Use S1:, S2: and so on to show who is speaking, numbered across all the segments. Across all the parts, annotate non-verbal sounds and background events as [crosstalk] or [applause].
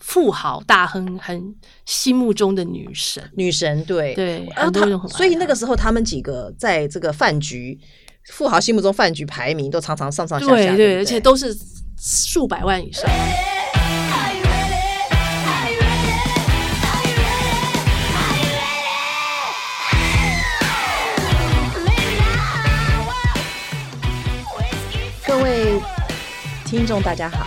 S1: 富豪大亨很心目中的女神。
S2: 女神对
S1: 对
S2: 然后
S1: 很多人
S2: 他
S1: 很爱
S2: 所以那
S1: 她
S2: 个时候他们几个在这个饭局，富豪心目中饭局排名都常常上上下下，
S1: 对
S2: 不
S1: 对，而且都是数百万以上。
S2: 各位听众大家好，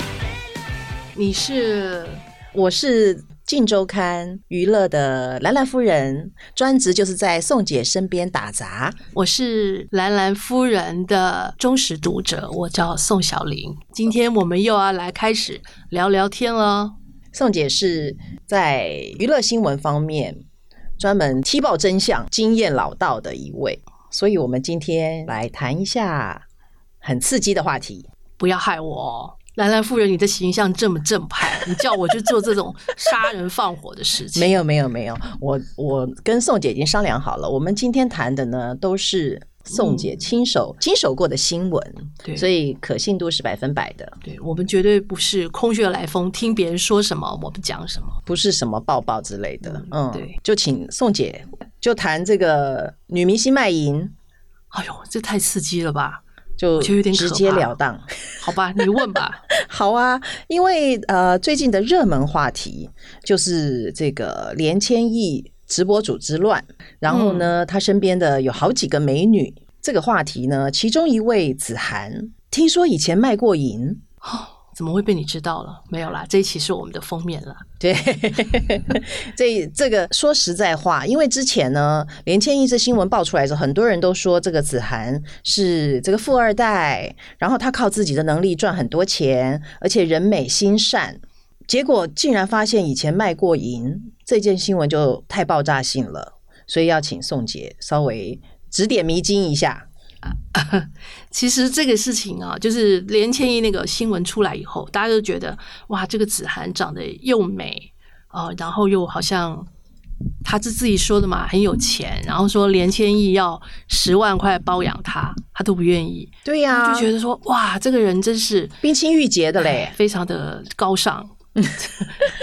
S1: 你是
S2: 我是《镜周刊》娱乐的兰兰夫人，专职就是在宋姐身边打杂。
S1: 我是兰兰夫人的忠实读者，我叫宋小玲。今天我们又要来开始聊聊天了。
S2: 宋姐是在娱乐新闻方面专门踢爆真相、经验老道的一位，所以我们今天来谈一下很刺激的话题。
S1: 不要害我哦。兰兰夫人，你的形象这么正派，你叫我去做这种杀人放火的事情，
S2: 没有，没有，没有，我我跟宋姐已经商量好了，我们今天谈的呢都是宋姐亲手、经手过的新闻，
S1: 嗯对
S2: 所以可信度是百分百的，
S1: 对我们绝对不是空穴来风，听别人说什么我们讲什么。
S2: 不是什么抱抱之类的。
S1: 嗯
S2: 嗯，
S1: 对，
S2: 就请宋姐就谈这个女明星卖淫，
S1: 哎呦，这太刺激了吧？
S2: 就
S1: 就有点可
S2: 直截
S1: 怕
S2: 了当。
S1: 好吧，你问吧。 [laughs]
S2: [laughs] 好啊，因为呃，最近的热门话题就是这个连千亿直播主之乱，然后呢，他身边的有好几个美女。这个话题呢，其中一位子涵，听说以前卖过淫，
S1: 怎么会被你知道了？没有啦，这一期是我们的封面了。
S2: 对， [laughs] 这这个说实在话，因为之前呢，连千亿这新闻爆出来的时候，很多人都说这个子涵是这个富二代，然后他靠自己的能力赚很多钱，而且人美心善。结果竟然发现以前卖过淫，这件新闻就太爆炸性了，所以要请宋姐稍微指点迷津一下。
S1: 其实这个事情啊，就是连千亿那个新闻出来以后，大家就觉得哇，这个子涵长得又美啊、呃然后又好像他是自己说的嘛，很有钱，然后说连千亿要十万块包养他，他都不愿意，
S2: 对呀、
S1: 就觉得说哇，这个人真是
S2: 冰清玉洁的嘞。
S1: 非常的高
S2: [laughs]
S1: 尚。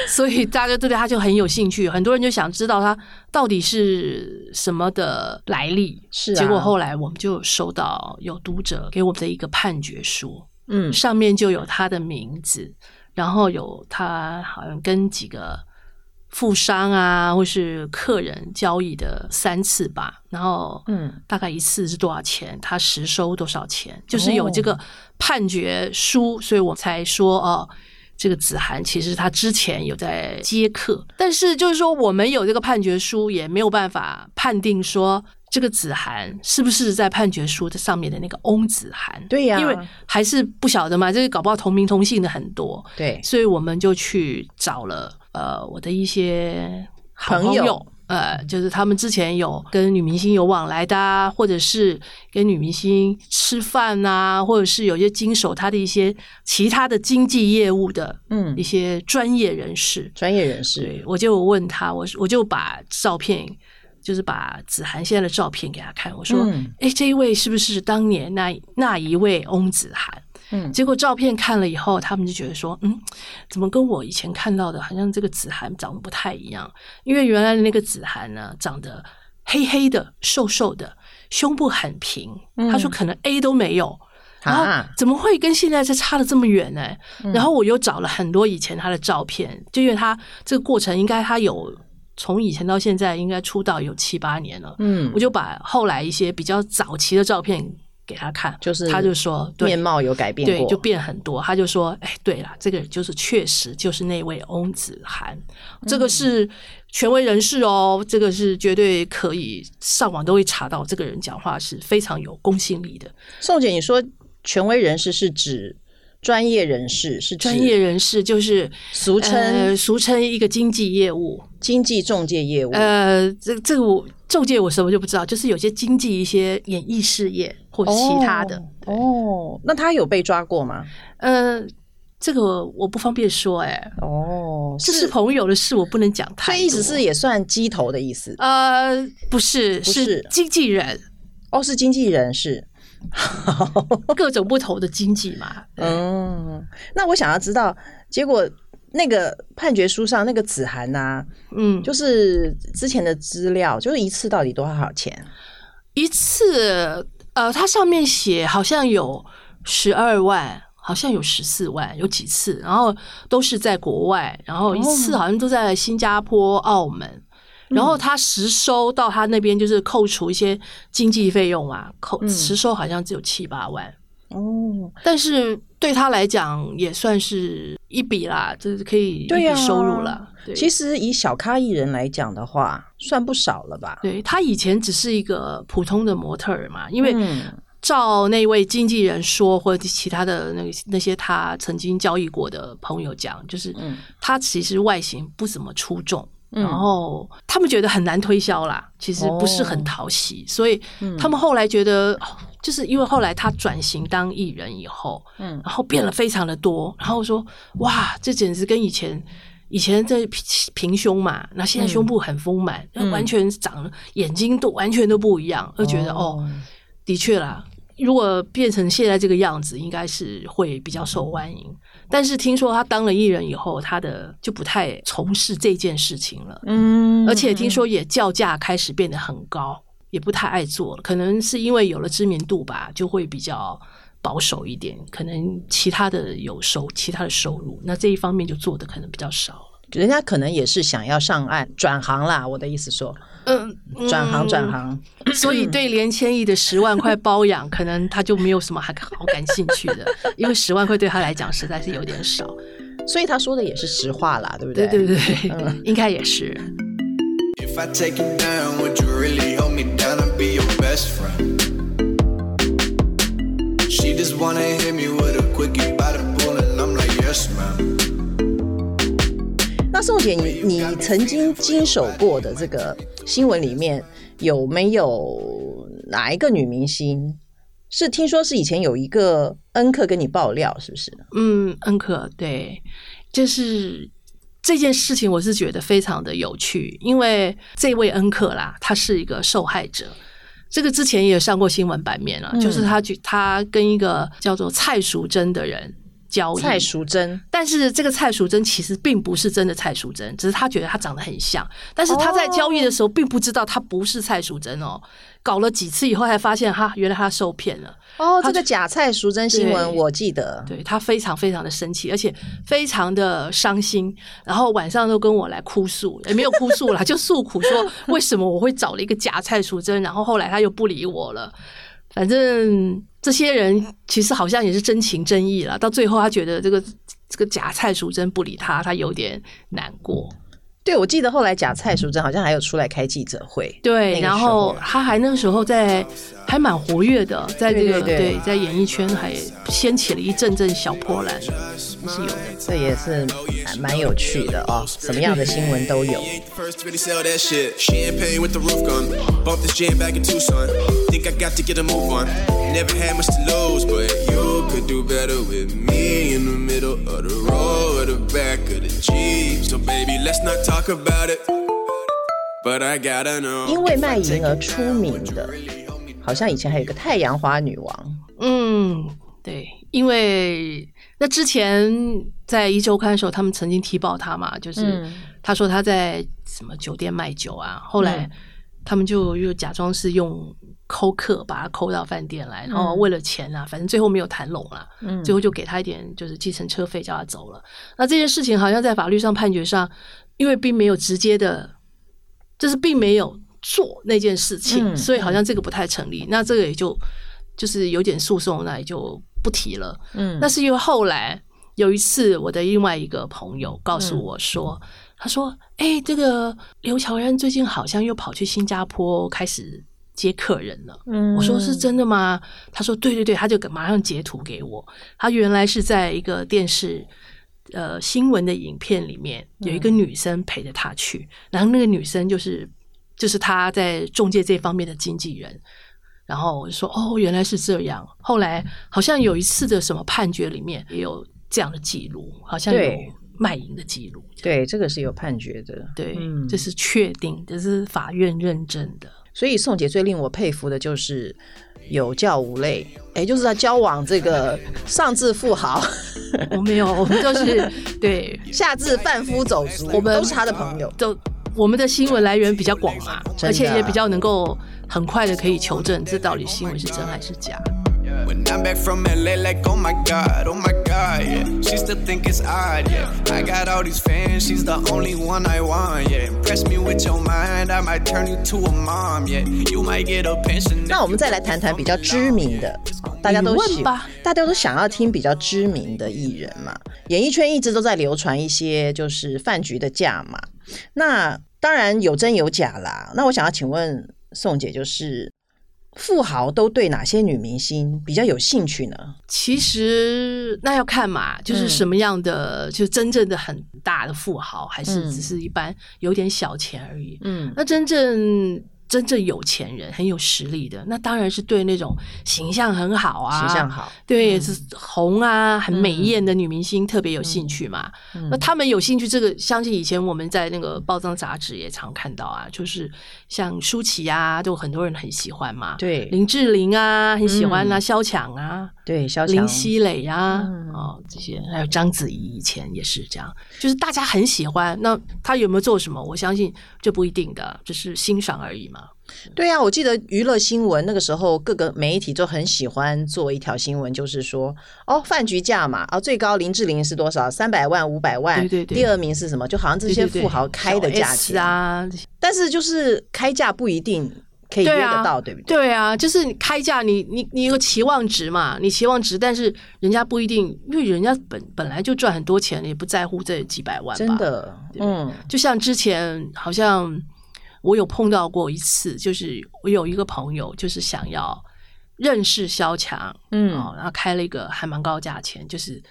S1: 所以大家对他就很有兴趣，很多人就想知道他到底是什么的来历。
S2: 是啊
S1: 结果后来我们就收到有读者给我们的一个判决书，
S2: 嗯，
S1: 上面就有他的名字，然后有他好像跟几个富商啊或是客人交易的三次吧，然后
S2: 嗯，
S1: 大概一次是多少钱，他实收多少钱，就是有这
S2: 哦
S1: 个判决书，所以我才说哦。这个子涵其实他之前有在接客，但是就是说我们有这个判决书，也没有办法判定说这个子涵是不是在判决书的上面的那个翁子涵。
S2: 对呀
S1: 因为还是不晓得嘛，这个搞不好同名同姓的很多，
S2: 对，
S1: 所以我们就去找了呃我的一些好
S2: 朋友
S1: 呃，就是他们之前有跟女明星有往来的、啊，或者是跟女明星吃饭啊，或者是有些经手他的一些其他的经纪业务的
S2: 嗯
S1: 一，些专业人士。
S2: 专业人士，嗯
S1: 对，我就问他，我我就把照片，就是把子涵现在的照片给他看，我说：“哎、
S2: 嗯
S1: 这一位是不是当年那那一位翁子涵？”
S2: 嗯
S1: 结果照片看了以后，他们就觉得说：“嗯，怎么跟我以前看到的，好像这个子涵长得不太一样？因为原来的那个子涵呢，长得黑黑的、瘦瘦的，胸部很平。
S2: 嗯
S1: 他说可能 A 都没有。”然后
S2: 啊，嗯
S1: 怎么会跟现在这差的这么远呢？然后我又找了很多以前他的照片，就因为他这个过程应该他有从以前到现在应该出道有七八年了，
S2: 嗯
S1: 我，就把后来一些比较早期的照片给他看，
S2: 就是
S1: 他就说对
S2: 面貌有改变
S1: 对
S2: 过，
S1: 就变很多，他就说哎对了，这个就是确实就是那位翁子涵，这
S2: 嗯
S1: 个是权威人士哦，这个是绝对可以上网都会查到，这个人讲话是非常有公信力的。
S2: 宋姐，你说权威人士是指专业人士，是指
S1: 专业人士就是
S2: 俗称
S1: 呃、俗称一个经纪业务。
S2: 经济中介业务，嗯
S1: 呃，这这个我中介我什么就不知道，就是有些经纪一些演艺事业或其他的。
S2: 哦。哦那他有被抓过吗？
S1: 呃，这个我不方便说、哎，
S2: 哦，
S1: 这是朋友的事，我不能讲太
S2: 所
S1: 多。
S2: 以意思是也算鸡头的意思
S1: 呃，不是，
S2: 不
S1: 是
S2: 是
S1: 经纪人，
S2: 哦，是经纪人是。哦
S1: 各种不同的经纪嘛。
S2: 啊嗯，那我想要知道，结果那个判决书上那个子涵呐、
S1: 嗯，
S2: 就是之前的资料，就是一次到底多少钱？
S1: 一次，呃，它上面写好像有十二万，好像有十四万，有几次，然后都是在国外，然
S2: 哦
S1: 后一次好像都在新加坡、澳门。
S2: 嗯
S1: 然后他实收到他那边就是扣除一些经济费用啊，扣
S2: 嗯
S1: 实收好像只有七八万，
S2: 哦，
S1: 但是对他来讲也算是一笔啦，这是可以一
S2: 对
S1: 笔
S2: 呀
S1: 收入啦。对
S2: 其实以小咖艺人来讲的话，算不少了吧？
S1: 对他以前只是一个普通的模特儿嘛，因为
S2: 嗯
S1: 照那位经纪人说，或者其他的那个那些他曾经交易过的朋友讲，就是
S2: 嗯
S1: 他其实外形不怎么出众，
S2: 嗯
S1: 然后他们觉得很难推销啦，其实不是
S2: 哦
S1: 很讨喜，所以
S2: 嗯
S1: 他们后来觉得，哦就是因为后来他转型当艺人以后，
S2: 嗯
S1: 然后变了非常的多，然后说哇，这简直跟以前。以前这平平胸嘛，那现在胸部很丰满，那
S2: 嗯
S1: 完全长了，眼睛都完全都不一样，就觉得
S2: 哦
S1: 哦，的确啦，如果变成现在这个样子，应该是会比较受欢迎。但是听说他当了艺人以后，他的就不太从事这件事情了，
S2: 嗯
S1: 而且听说也叫价开始变得很高，也不太爱做了。可能是因为有了知名度吧，就会比较保守一点。可能其他的有收，其他的收入，那这一方面就做的可能比较少了。
S2: 人家可能也是想要上岸转行啦。我的意思说，
S1: 嗯
S2: 转行转。行，
S1: 所以对连千亿的十万块包养，可能他就没有什么还好感兴趣的，因为十万块对他来讲实在是有点少。
S2: 所以他说的也是实话啦，对不嗯
S1: 对
S2: 对？
S1: 对对，对应该也是。
S3: If I take you down, would you really hold me down and be your best friend? She just wanna hit me with a quickie by the pool, and I'm like, yes, ma'am.
S2: 那宋姐，你你曾经经手过的这个新闻里面，有没有哪一个女明星是听说是以前有一个恩客跟你爆料，是不是？
S1: 嗯，恩可对，就是这件事情，我是觉得非常的有趣，因为这位恩可啦，他是一个受害者。这个之前也上过新闻版面了，就是
S2: 嗯
S1: 他去他跟一个叫做蔡淑珍的人交易，
S2: 蔡淑珍，
S1: 但是这个蔡淑珍其实并不是真的蔡淑珍，只是他觉得她长得很像，但是他在交易的
S2: 哦
S1: 时候并不知道她不是蔡淑珍哦，搞了几次以后才发现哈，原来她受骗了。
S2: 哦，
S1: 她
S2: 这个假蔡淑珍新闻
S1: 对
S2: 我记得，
S1: 对他非常非常的生气，而且非常的伤心，然后晚上都跟我来哭诉，也没有哭诉啦，就诉苦说为什么我会找了一个假蔡淑珍，然后后来他又不理我了。反正这些人其实好像也是真情真意啦，到最后他觉得这个这个假蔡淑珍不理他，他有点难过。
S2: 对我记得后来假蔡淑珍好像还有出来开记者会，那
S1: 对，
S2: 个
S1: 然
S2: 时候啊
S1: 后他还那个时候在还蛮活跃的，在这个
S2: 对对对
S1: 在演艺圈还掀起了一阵阵小波澜，是有的。
S2: 这也是蛮蛮有趣的哦，什么样的新闻都有。
S3: Ain't the first to really sell that shit. Champagne with the roof gun. Bought this jam back in Tucson. Think I got to get a move on. Never had much to lose, but you could do better with me in the middle of the road, the back of the Jeep. So, baby, let's not talk about it. But I gotta know.
S2: 因为卖淫而出名的，好像以前还有个太阳花女王，
S1: 嗯，对，因为那之前在一周刊的时候，他们曾经踢爆他嘛，就是
S2: 嗯
S1: 他说他在什么酒店卖酒啊，后来
S2: 嗯
S1: 他们就又假装是用抠客把他抠到饭店来，然后为了钱啊，反正最后没有谈拢啦，
S2: 嗯
S1: 最后就给他一点就是计程车费，叫他走了。那这件事情好像在法律上判决上，因为并没有直接的，就是并没有做那件事情，
S2: 嗯
S1: 所以好像这个不太成立。那这个也就就是有点诉讼，那也就不提了。
S2: 嗯
S1: 那是因为后来有一次，我的另外一个朋友告诉我说，他说：“哎、这个刘乔恩最近好像又跑去新加坡开始接客人了。”
S2: 嗯
S1: 我说是真的吗？他说对对对，他就给马上截图给我。他原来是在一个电视呃新闻的影片里面，有一个
S2: 嗯
S1: 女生陪着他去，然后那个女生就是就是他在中介这方面的经纪人。然后我就说哦，原来是这样。后来好像有一次的什么判决里面也有这样的记录，好像有
S2: 对
S1: 卖淫的记录。
S2: 对，这个是有判决的。
S1: 对，
S2: 嗯
S1: 这是确定，这是法院认证的。
S2: 所以宋姐最令我佩服的就是，有教无类，也就是他交往这个上至富豪， [laughs]
S1: 我没有，我们就是 [laughs] 对，
S2: 下至贩夫走卒，
S1: 我们
S2: 都是他的朋友。
S1: 就我们的新闻来源比较广嘛，
S2: 真的
S1: 而且也比较能够很快的可以求证这到底新闻是真还是假。
S3: When I'm back from LA, like, oh my god, oh my god, yeah. She still think it's odd, yeah. I got all these fans, she's the only one I want, yeah. Impress me with your mind, I might turn you to a mom, yeah. You might get a pension.
S2: 那我们再来谈谈比较知名的，啊大家都
S1: 你
S2: 喜
S1: 问吧
S2: 大家都想要听比较知名的艺人嘛。演艺圈一直都在流传一些就是饭局的价码，那当然有真有假啦。那我想要请问宋姐，就是富豪都对哪些女明星比较有兴趣呢？
S1: 其实那要看嘛，就是什么样的，就真正的很大的富豪，还是
S2: 嗯
S1: 只是一般有点小钱而已。
S2: 嗯，
S1: 那真正真正有钱人、很有实力的，那当然是对那种形象很好啊，
S2: 形象好，
S1: 对，是红啊，很
S2: 嗯
S1: 美艳的女明星特别有兴趣嘛。那他们有兴趣，这个相信以前我们在那个报章杂志也常看到啊，就是像舒淇啊，都很多人很喜欢嘛。
S2: 对
S1: 林志玲啊，很喜欢啊，
S2: 嗯
S1: 萧蔷啊，
S2: 对，萧
S1: 林
S2: 蔷
S1: 熙蕾啊，
S2: 嗯
S1: 哦这些，还有章子怡以前也是这样，就是大家很喜欢。那她有没有做什么？我相信这不一定的，只是欣赏而已嘛。
S2: 对啊呀、我记得娱乐新闻那个时候，各个媒体都很喜欢做一条新闻，就是说，哦，饭局价嘛，啊，最高林志玲是多少？三百万、五百万，
S1: 对对对
S2: 第二名是什么？就好像这些
S1: 对对对
S2: 富豪开的价
S1: 小 S
S2: 钱，
S1: 啊，这些
S2: 但是就是开价不一定可以约
S1: 对啊
S2: 得到，对,、不对？
S1: 对啊，就是你开价你，你你有个期望值嘛，你期望值，但是人家不一定，因为人家本本来就赚很多钱，也不在乎这几百万吧。
S2: 真，的，嗯，
S1: 就像之前好像我有碰到过一次，就是我有一个朋友，就是想要认识萧蔷，
S2: 嗯
S1: 哦，然后开了一个还蛮高价钱，就是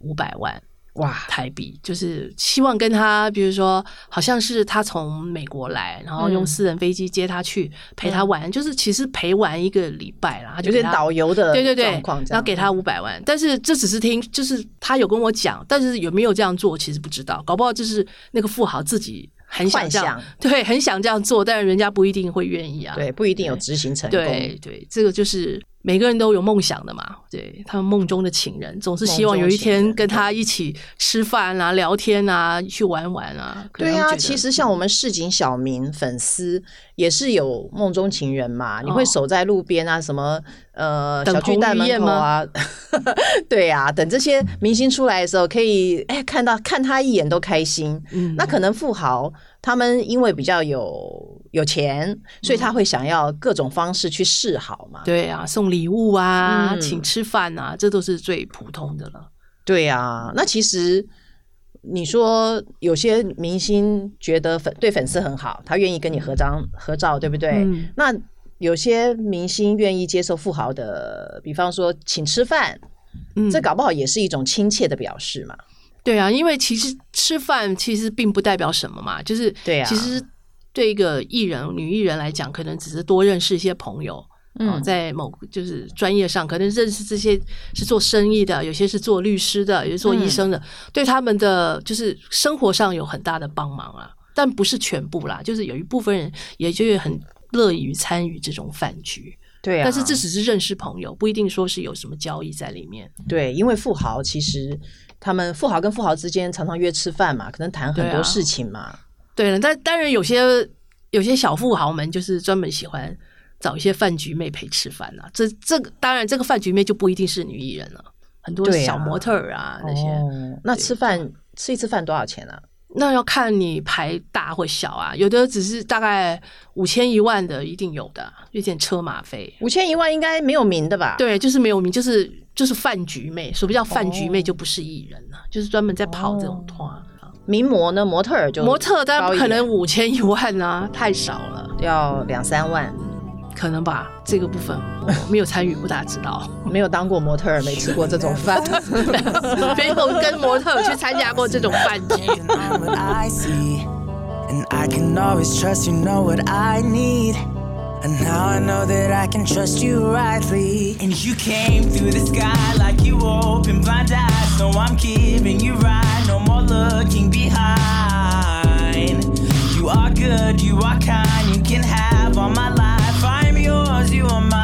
S1: 五百万。
S2: 哇，
S1: 台币，就是希望跟他，比如说，好像是他从美国来，然后用
S2: 嗯
S1: 私人飞机接他去陪他玩，就是其实陪玩一个礼拜啦，他
S2: 有
S1: 就给
S2: 点
S1: 他
S2: 导游的
S1: 对对对
S2: 状况，这
S1: 然
S2: 样啊
S1: 后给他五百万，但是这只是听，就是他有跟我讲，但是有没有这样做，其实不知道，搞不好就是那个富豪自己很想这样
S2: 幻，
S1: 对，很想这样做，但是人家不一定会愿意啊。
S2: 对，不一定有执行成功，
S1: 对对，这个就是每个人都有梦想的嘛。对他们梦中的情人，总是希望有一
S2: 梦中情
S1: 天
S2: 人
S1: 跟他一起吃饭啊、聊天啊、去玩玩啊。可能
S2: 对
S1: 会
S2: 啊，
S1: 觉得嗯
S2: 其实像我们市井小民粉丝也是有梦中情人嘛，你
S1: 哦
S2: 会守在路边啊，什么呃
S1: 等
S2: 小巨蛋
S1: 彭于晏
S2: 门口啊， [laughs] 对啊，等这些明星出来的时候，可以哎看到看他一眼都开心。
S1: 嗯
S2: 那可能富豪他们因为比较有有钱，所以
S1: 嗯
S2: 他会想要各种方式去示好嘛。
S1: 对啊，送礼物啊、
S2: 嗯
S1: 请吃饭啊，这都是最普通的了。
S2: 对啊，那其实你说有些明星觉得粉对粉丝很好，他愿意跟你合张合照，对不对？
S1: 嗯
S2: 那有些明星愿意接受富豪的，比方说请吃饭，
S1: 嗯，
S2: 这搞不好也是一种亲切的表示嘛。
S1: 对啊，因为其实吃饭其实并不代表什么嘛，就是
S2: 对啊
S1: 其实对一个艺人、女艺人来讲，可能只是多认识一些朋友。哦，
S2: 嗯
S1: 在某就是专业上，可能认识这些是做生意的，有些是做律师的，有些做医生的，
S2: 嗯
S1: 对他们的就是生活上有很大的帮忙啊，但不是全部啦，就是有一部分人也就是很乐于参与这种饭局，
S2: 对啊，
S1: 但是这只是认识朋友，不一定说是有什么交易在里面。
S2: 对，因为富豪其实他们富豪跟富豪之间常常约吃饭嘛，可能谈很
S1: 对啊
S2: 多事情嘛。
S1: 对了，但当然有些有些小富豪们就是专门喜欢找一些饭局妹陪吃饭啊，这这个当然这个饭局妹就不一定是女艺人了，很多
S2: 对啊
S1: 小模特儿啊那些。
S2: 哦，那吃饭吃一次饭多少钱啊？
S1: 那要看你排大或小啊，有的只是大概五千一万的一定有的，有点车马费。
S2: 五千一万应该没有名的吧？
S1: 对，就是没有名，就是就是饭局妹。什么叫饭局妹？
S2: 哦
S1: 就不是艺人了、就是专门在跑这种团、
S2: 名模呢？模特儿就
S1: 模特当然
S2: 哦高
S1: 不
S2: 一
S1: 可
S2: 点
S1: 能五千一万啊，太少了，
S2: 要两三万，
S1: 可能吧。这个部
S2: [laughs]
S1: 分我没有参与，不大知道。 [laughs]
S2: 没有当过模特儿，没吃过这种饭。
S1: 没有跟模特去参加过这种饭局。
S4: working on what I see. And I can always trust you know what I need. And now I know that I can trust you rightly. And you came through the sky like you opened blind eyes. So I'm giving you right, no more looking behind. You are good, you are kind, you can have all my life. I'm yours, you are mine.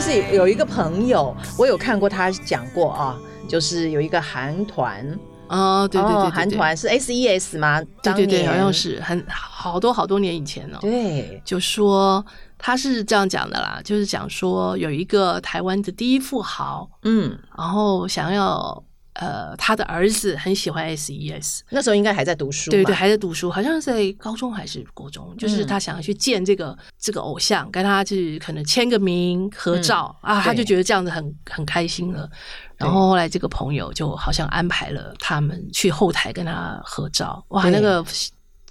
S2: 是有一个朋友，我有看过他讲过啊，就是有一个韩团，
S1: 啊，对对对对
S2: [laughs]
S1: 对，
S2: 哦韩团是 SES 吗？
S1: 对对对，
S2: 当年
S1: 好像，是很好多好多年以前了、
S2: 对，
S1: 就说他是这样讲的啦，就是讲说有一个台湾的第一富豪，
S2: 嗯，
S1: 然后想要呃他的儿子很喜欢 E SES，
S2: 那时候应该还在读书嘛，
S1: 对对，还在读书，好像是在高中还是国中，就是
S2: 嗯
S1: 他想要去见这个这个偶像，跟他去可能签个名、合照、啊，他
S2: 嗯对
S1: 就觉得这样子很很开心了。然后后来这个朋友就好像安排了他们去后台跟他合照，哇，
S2: 对
S1: 那个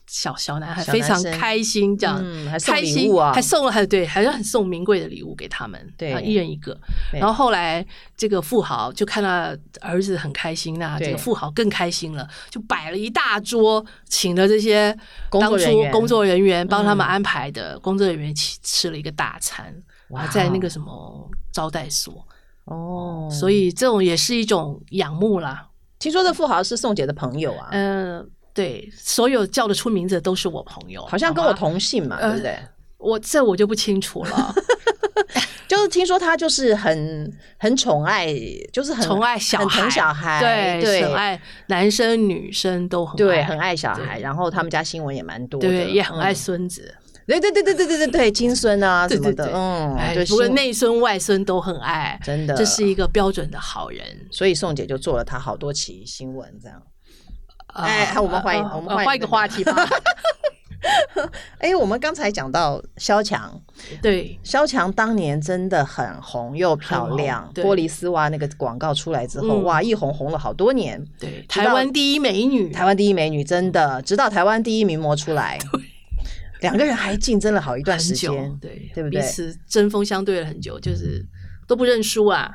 S1: 小小男孩
S2: 小
S1: 非
S2: 男
S1: 常
S2: 生
S1: 开心，这样、
S2: 嗯还送
S1: 开
S2: 礼
S1: 心
S2: 物啊
S1: 还送了还对，好像很送名贵的礼物给他们，
S2: 对
S1: 啊一人一个。
S2: 对
S1: 然后后来这个富豪就看到儿子很开心那
S2: 对
S1: 这个富豪更开心了，就摆了一大桌，请了这些
S2: 工作
S1: 当
S2: 人
S1: 初
S2: 员
S1: 工作人员帮他们安排的工作人员吃吃了一个大餐，
S2: 哇
S1: 啊在那个什么招待所，
S2: 哦，
S1: 所以这种也是一种仰慕啦。
S2: 听说这富豪是宋姐的朋友啊，
S1: 嗯、对，所有叫得出名字的都是我朋友，
S2: 好像跟我
S1: 吗
S2: 同姓嘛，
S1: 呃
S2: 对不对？
S1: 我这我就不清楚
S2: [laughs]
S1: 了，
S2: 就是听说他就是很很宠爱，就是很
S1: 宠爱小
S2: 很
S1: 孩，
S2: 疼小孩，
S1: 对，
S2: 对，
S1: 宠爱男生女生都很爱
S2: 对，很爱小孩。
S1: 对
S2: 然后他们家新闻也蛮多的，
S1: 对，也很爱
S2: 嗯
S1: 孙子。
S2: 对对对对对对对对，金孙啊
S1: 对
S2: 什么
S1: 对
S2: 的
S1: 对，，
S2: 嗯，
S1: 哎
S2: 对，
S1: 不过
S2: 新闻
S1: 内孙外孙都很爱，
S2: 真的
S1: 这是一个标准的好人。
S2: 所以宋姐就做了她好多期新闻这样。
S1: 啊
S2: 哎好我们换一
S1: 啊
S2: 我们
S1: 啊
S2: 换一
S1: 换一个
S2: 个
S1: 话题吧。
S2: [laughs] 哎，我们刚才讲到萧蔷，
S1: 对，
S2: 萧蔷当年真的很红又漂亮
S1: 很，红对
S2: 玻璃丝袜那个广告出来之后，
S1: 嗯
S2: 哇，一红红了好多年。
S1: 对，台湾第一美女，
S2: 台湾第一美女，真的，直到台湾第一名模
S1: [laughs]
S2: 出来，两个人还竞争了好一段时
S1: 很久
S2: 间，。
S1: 对
S2: 对不
S1: 彼
S2: 对
S1: 此针锋相对了很久，就是都不认输啊。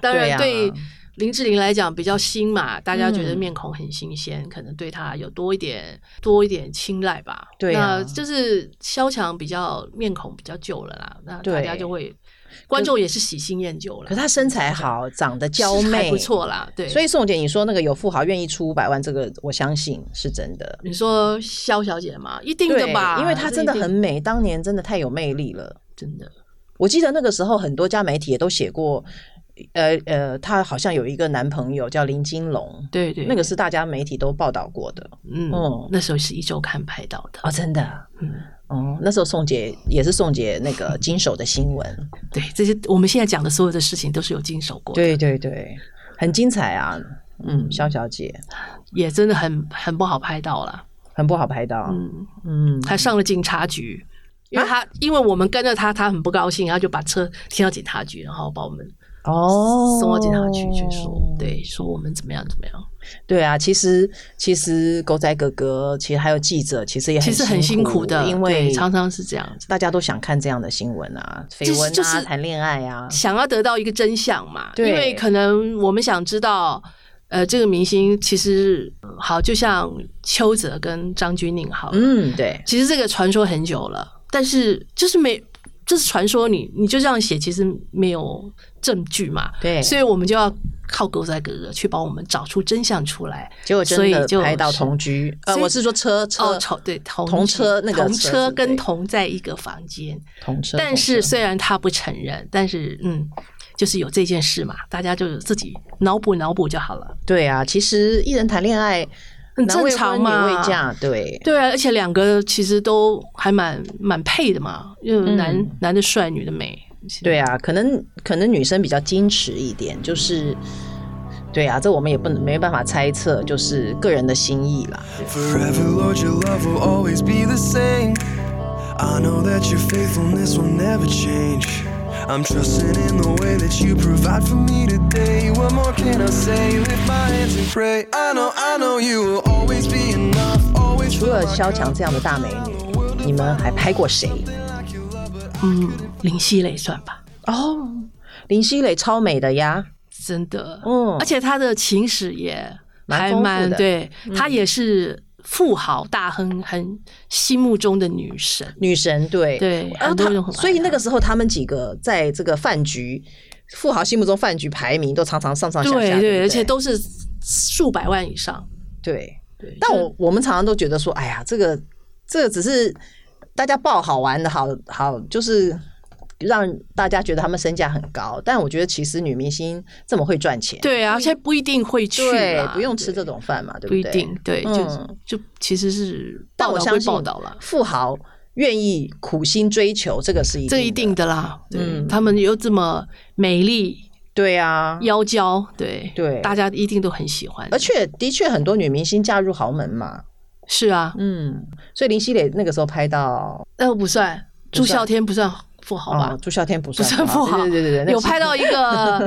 S1: 当
S2: 对
S1: 然，
S2: 啊
S1: 对林志玲来讲比较新嘛，大家觉得
S2: 嗯
S1: 面孔很新鲜，可能对她有多一点多一点青睐吧。
S2: 对啊
S1: 那就是萧蔷比较面孔比较旧了啦，那大
S2: 对
S1: 家就会观众也是喜新厌旧了。
S2: 可是她身材好，长得娇
S1: 是还
S2: 媚，
S1: 不。错啦，对。
S2: 所以宋姐，你说那个有富豪愿意出五百万，这个我相信是真的。
S1: 你说萧小姐嘛，一定的吧，
S2: 因为她
S1: 这
S2: 真的
S1: 一定
S2: 很美，当年真的太有魅力了。
S1: 真的。
S2: 我记得那个时候很多家媒体也都写过，呃呃，她好像有一个男朋友叫林金龙，
S1: 对对，
S2: 那个是大家媒体都报道过的
S1: 嗯
S2: 嗯，
S1: 那时候是一周刊拍到的，
S2: 哦，真的。
S1: 嗯，
S2: 哦，那时候宋姐也是宋姐那个经手的新闻，
S1: 对，这些我们现在讲的所有的事情都是有经手 [laughs] 过的，
S2: 对对对，很精彩啊。嗯，肖小姐
S1: 也真的很很不好拍到了。
S2: 很不好拍到，
S1: 嗯，
S2: 嗯，啊
S1: 她上了警察局，因为她因为我们跟着她，她很不高兴，她就把车停到警察局，然后把我们
S2: 哦
S1: 送到警察局去说，对，说我们怎么样怎么样。
S2: 对啊，其实其实狗仔哥哥，其实还有记者，其实也
S1: 其实很辛
S2: 辛
S1: 苦的，
S2: 因
S1: 对
S2: 为
S1: 常常是这样子，
S2: 大家都想看这样的新闻啊，绯
S1: 是
S2: 闻啊，
S1: 就是
S2: 谈恋爱啊，
S1: 想要得到一个真相嘛，因
S2: 对
S1: 为可能我们想知道。呃，这个明星其实呃好，就像邱泽跟张钧甯好了，
S2: 嗯，对，
S1: 其实这个传说很久了，但是就是没，就是传说你你就这样写，其实没有证据嘛。
S2: 对
S1: 所以我们就要靠狗仔哥哥去帮我们找出真相出来。
S2: 结果
S1: 所
S2: 真
S1: 以
S2: 的
S1: 就
S2: 拍到
S1: 是
S2: 同居，呃，
S1: 所以
S2: 我是说车车、
S1: 哦，同对同
S2: 同
S1: 居
S2: 车那个
S1: 同
S2: 车
S1: 车
S2: 子
S1: 跟
S2: 对
S1: 同在一个房间，
S2: 同车，
S1: 但
S2: 同
S1: 是
S2: 车
S1: 虽然他不承认，但是嗯，就是有这件事嘛，大家就自己脑补脑补就好了，
S2: 对啊，其实艺人谈恋爱
S1: 很
S2: 男
S1: 正
S2: 未
S1: 常
S2: 婚
S1: 嘛。
S2: 女未嫁，对
S1: 对啊，而且两个其实都还蛮蛮配的嘛，就男、
S2: 嗯
S1: 男的帅，女的美。
S2: 对啊，可能可能女生比较矜持一点，就是。对啊，这我们也不能没办法猜测，就是个人的心意啦。
S4: Forever, Lord, your love will always be the same. I know that your faithfulness will never change. I'm trusting in the way that you provide for me today. What more can I say? Lift my hands and pray. I know, I know you will always be enough. Always
S2: 除了萧蔷这样的大美女，你们还拍过谁？
S1: 嗯，林熙蕾算吧，
S2: 哦，林熙蕾超美的呀，
S1: 真的，
S2: 嗯
S1: 而且她的情史也
S2: 蛮
S1: 还
S2: 丰富
S1: 蛮
S2: 的嗯
S1: 对，她也是富豪大亨很心目中的女神，
S2: 女神对
S1: 对
S2: 然后
S1: 很多
S2: 她
S1: 人很爱
S2: 所以那
S1: 她
S2: 个时候他们几个在这个饭局，富豪心目中饭局排名都常常上上下下，
S1: 对
S2: 对不
S1: 而且都是数百万以上。
S2: 对。
S1: 对，
S2: 但
S1: 就是
S2: 我我们常常都觉得说，哎呀，这个这个只是大家报好玩的好好，就是让大家觉得他们身价很高，但我觉得其实女明星这么会赚钱，
S1: 对啊，而且不一定会去
S2: 对，
S1: 啦
S2: 不用吃这种饭嘛，对
S1: 不
S2: 对？
S1: 一定，对，
S2: 嗯
S1: 就就其实是
S2: 但
S1: 报
S2: 我
S1: 道
S2: 相
S1: 归
S2: 信
S1: 报道了，
S2: 富豪愿意苦心追求，这个是一
S1: 这一
S2: 一
S1: 定
S2: 的，
S1: 的啦。对
S2: 嗯
S1: 他们又这么美丽
S2: 对啊。
S1: 妖娇，对
S2: 对
S1: 大家一定都很喜欢。
S2: 而且的确很多女明星嫁入豪门嘛，
S1: 是啊，
S2: 嗯，所以林熙蕾那个时候拍到
S1: 那个不算，朱
S2: 算
S1: 孝天不算富豪吧
S2: 哦？朱孝天不
S1: 不
S2: 算
S1: 算富豪，
S2: 对对对对对，那
S1: 有
S2: 是
S1: 拍到一个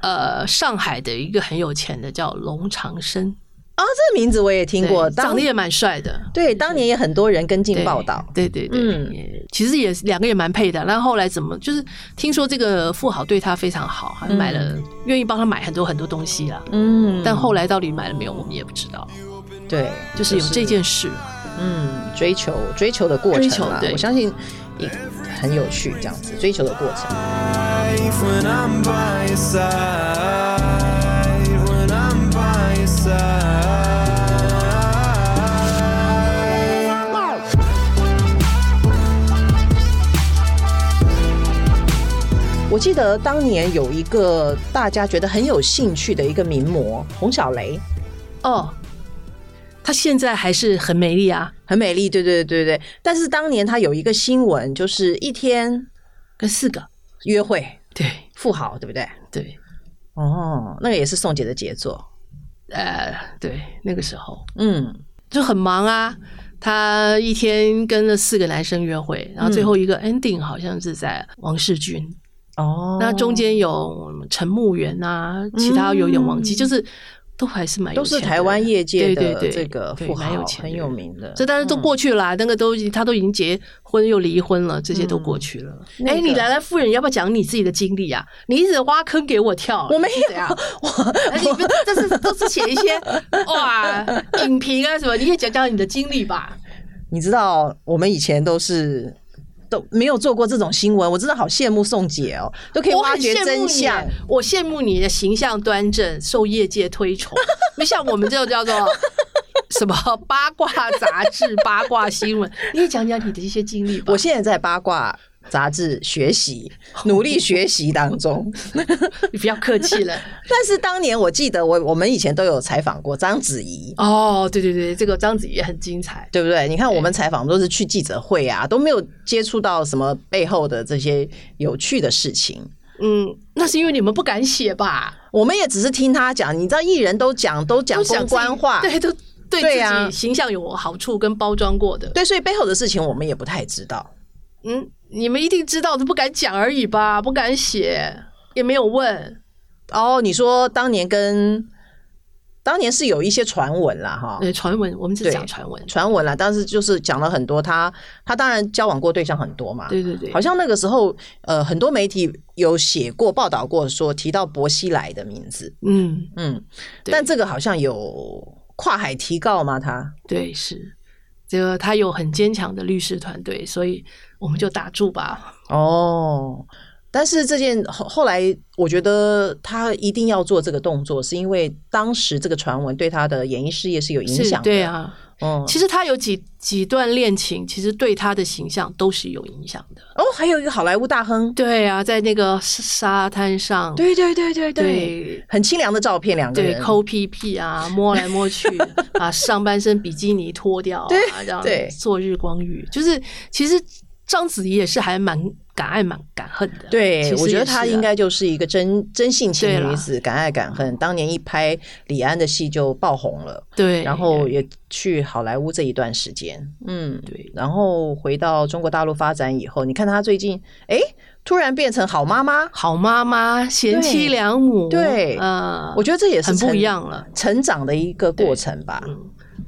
S1: 呃上海的一个很有钱的叫龙长生，
S2: 啊，这个名字我也听过，
S1: 对
S2: 当
S1: 长得也蛮帅的，
S2: 对，当年也很多人跟进
S1: 对
S2: 报道，
S1: 对对对，
S2: 嗯
S1: 也其实也是两个也蛮配的。然后后来怎么就是听说这个富豪对他非常好，还买了、愿意帮他买很多很多东西啦。
S2: 嗯，
S1: 但后来到底买了没有，我们也不知道，
S2: 对，
S1: 就是有这件事。
S2: 嗯，追求追求的过
S1: 追
S2: 程
S1: 求
S2: 啊，
S1: 对
S2: 我相信也很有趣，这样子追求的过程。
S3: life when I'm by your side. When I'm by your side.
S2: 我记得当年有一个大家觉得很有兴趣的一个名模洪小雷，
S1: 哦，他现在还是很美丽啊，
S2: 很美丽，对对对对对。但是当年她有一个新闻，就是一天
S1: 跟四个，
S2: 约会
S1: 对
S2: 富豪，对不对？
S1: 对，
S2: 哦，那个也是宋姐的杰作。
S1: 呃，对，那个时候
S2: 嗯，
S1: 就很忙啊。他一天跟了四个男生约会，然后最后一个 ending 好像是在王世军，
S2: 哦
S1: 那中间有陈木园啊，其他有点忘记，就是都还是蛮有
S2: 嗯都是
S1: 钱的
S2: 台湾业界
S1: 对
S2: 的
S1: 对对
S2: 这个
S1: 对
S2: 富豪，
S1: 蛮有钱的
S2: 很有名的。嗯
S1: 这当然都过去了啊、那个都已经他都已经结婚又离婚了，这些都过去了。哎、
S2: 嗯那个
S1: 你来来夫人，你要不要讲你自己的经历啊？你一直挖坑给我跳，
S2: [laughs] 我没有
S1: 你是怎样，而且你不这是都是写一些哇影评啊什么，你也讲讲你的经历吧。
S2: 你知道我们以前都是都没有做过这种新闻，我真的好羡慕宋姐哦，都可以
S1: 我
S2: 挖
S1: 很
S2: 掘
S1: 羡慕
S2: 真
S1: 你
S2: 相。，
S1: 我羡慕你的形象端正，受业界推崇。 [laughs] 你像我们这种叫做什么八卦杂志、 [laughs] 八卦新闻，你也讲讲你的一些经历吧。
S2: 我现在在八卦杂志学习， [laughs] 努力学习当中。 [laughs]
S1: 你不要客气了。
S2: 但是当年我记得我我们以前都有采访过章子怡。
S1: [laughs] 哦，对对对，这个章子怡也很精彩。
S2: 对不对？你看我们采访都是去记者会啊，都没有接触到什么背后的这些有趣的事情。
S1: 嗯，那是因为你们不敢写吧？
S2: 我们也只是听他讲，你知道艺人都讲都讲
S1: 都想
S2: 公关话，
S1: 自己对，都 [laughs] 对
S2: 对啊
S1: 自己形象有好处跟包装过的。
S2: 对，所以背后的事情我们也不太知道。
S1: 嗯，你们一定知道的，不敢讲而已吧？不敢写，也没有问。
S2: 哦，你说当年跟当年是有一些传闻啦，哈，
S1: 对，呃传闻，我们只
S2: 对
S1: 讲传闻。
S2: 传闻啦，但是就是讲了很多，他他当然交往过对象很多嘛，
S1: 对对对，
S2: 好像那个时候呃，很多媒体有写过报道过说提到薄熙来的名字，
S1: 嗯，
S2: 嗯，
S1: 对
S2: 但这个好像有跨海提告吗？他
S1: 对，是，这个他有很坚强的律师团队，所以我们就打住吧。
S2: 哦。但是这件后后来，我觉得他一定要做这个动作，是因为当时这个传闻对他的演艺事业是有影
S1: 是
S2: 响的。
S1: 对，啊，
S2: 嗯，
S1: 其实他有几几段恋情，其实对他的形象都是有影响的。
S2: 哦，还有一个好莱坞大亨，
S1: 对啊，在那个沙滩上，
S2: 对对对对对，
S1: 对
S2: 很清凉的照片，两个
S1: 对
S2: 人，
S1: 抠屁屁啊，摸来摸去，把上半身比基尼脱掉啊，这样
S2: 对
S1: 做日光浴，就是其实章子怡也是还蛮敢爱蛮敢恨的。
S2: 对
S1: 其，实
S2: 我觉得
S1: 也是
S2: 她
S1: 啊
S2: 应该就是一个真真性情
S1: 对啦
S2: 女子，敢爱敢恨。当年一拍李安的戏就爆红了，
S1: 对，
S2: 然后也去好莱坞这一段时间，嗯，
S1: 对
S2: 然后回到中国大陆发展以后，你看她最近，哎，突然变成好妈妈，
S1: 好妈妈、贤妻良母，
S2: 对
S1: 呃，
S2: 我觉得这也是
S1: 很不
S2: 成嗯
S1: 一样了。
S2: 成长的一个过程吧。
S1: 嗯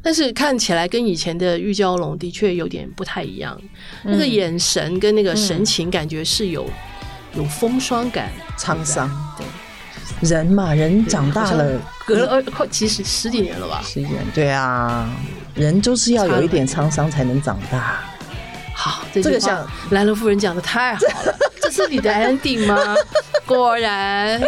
S1: 但是看起来跟以前的玉娇龙的确有点不太一样，
S2: 嗯
S1: 那个眼神跟那个神情感觉是有、有风霜感，
S2: 沧桑，人嘛，人长大了。
S1: 隔了二快几十十几年了吧？
S2: 是人，对啊，人就是要有一点沧桑才能长大。
S1: 好，这
S2: 这
S1: 句
S2: 个
S1: 话
S2: 像
S1: 兰兰夫人讲的太好
S2: [laughs]
S1: 了，这是你的 ending 吗？果然。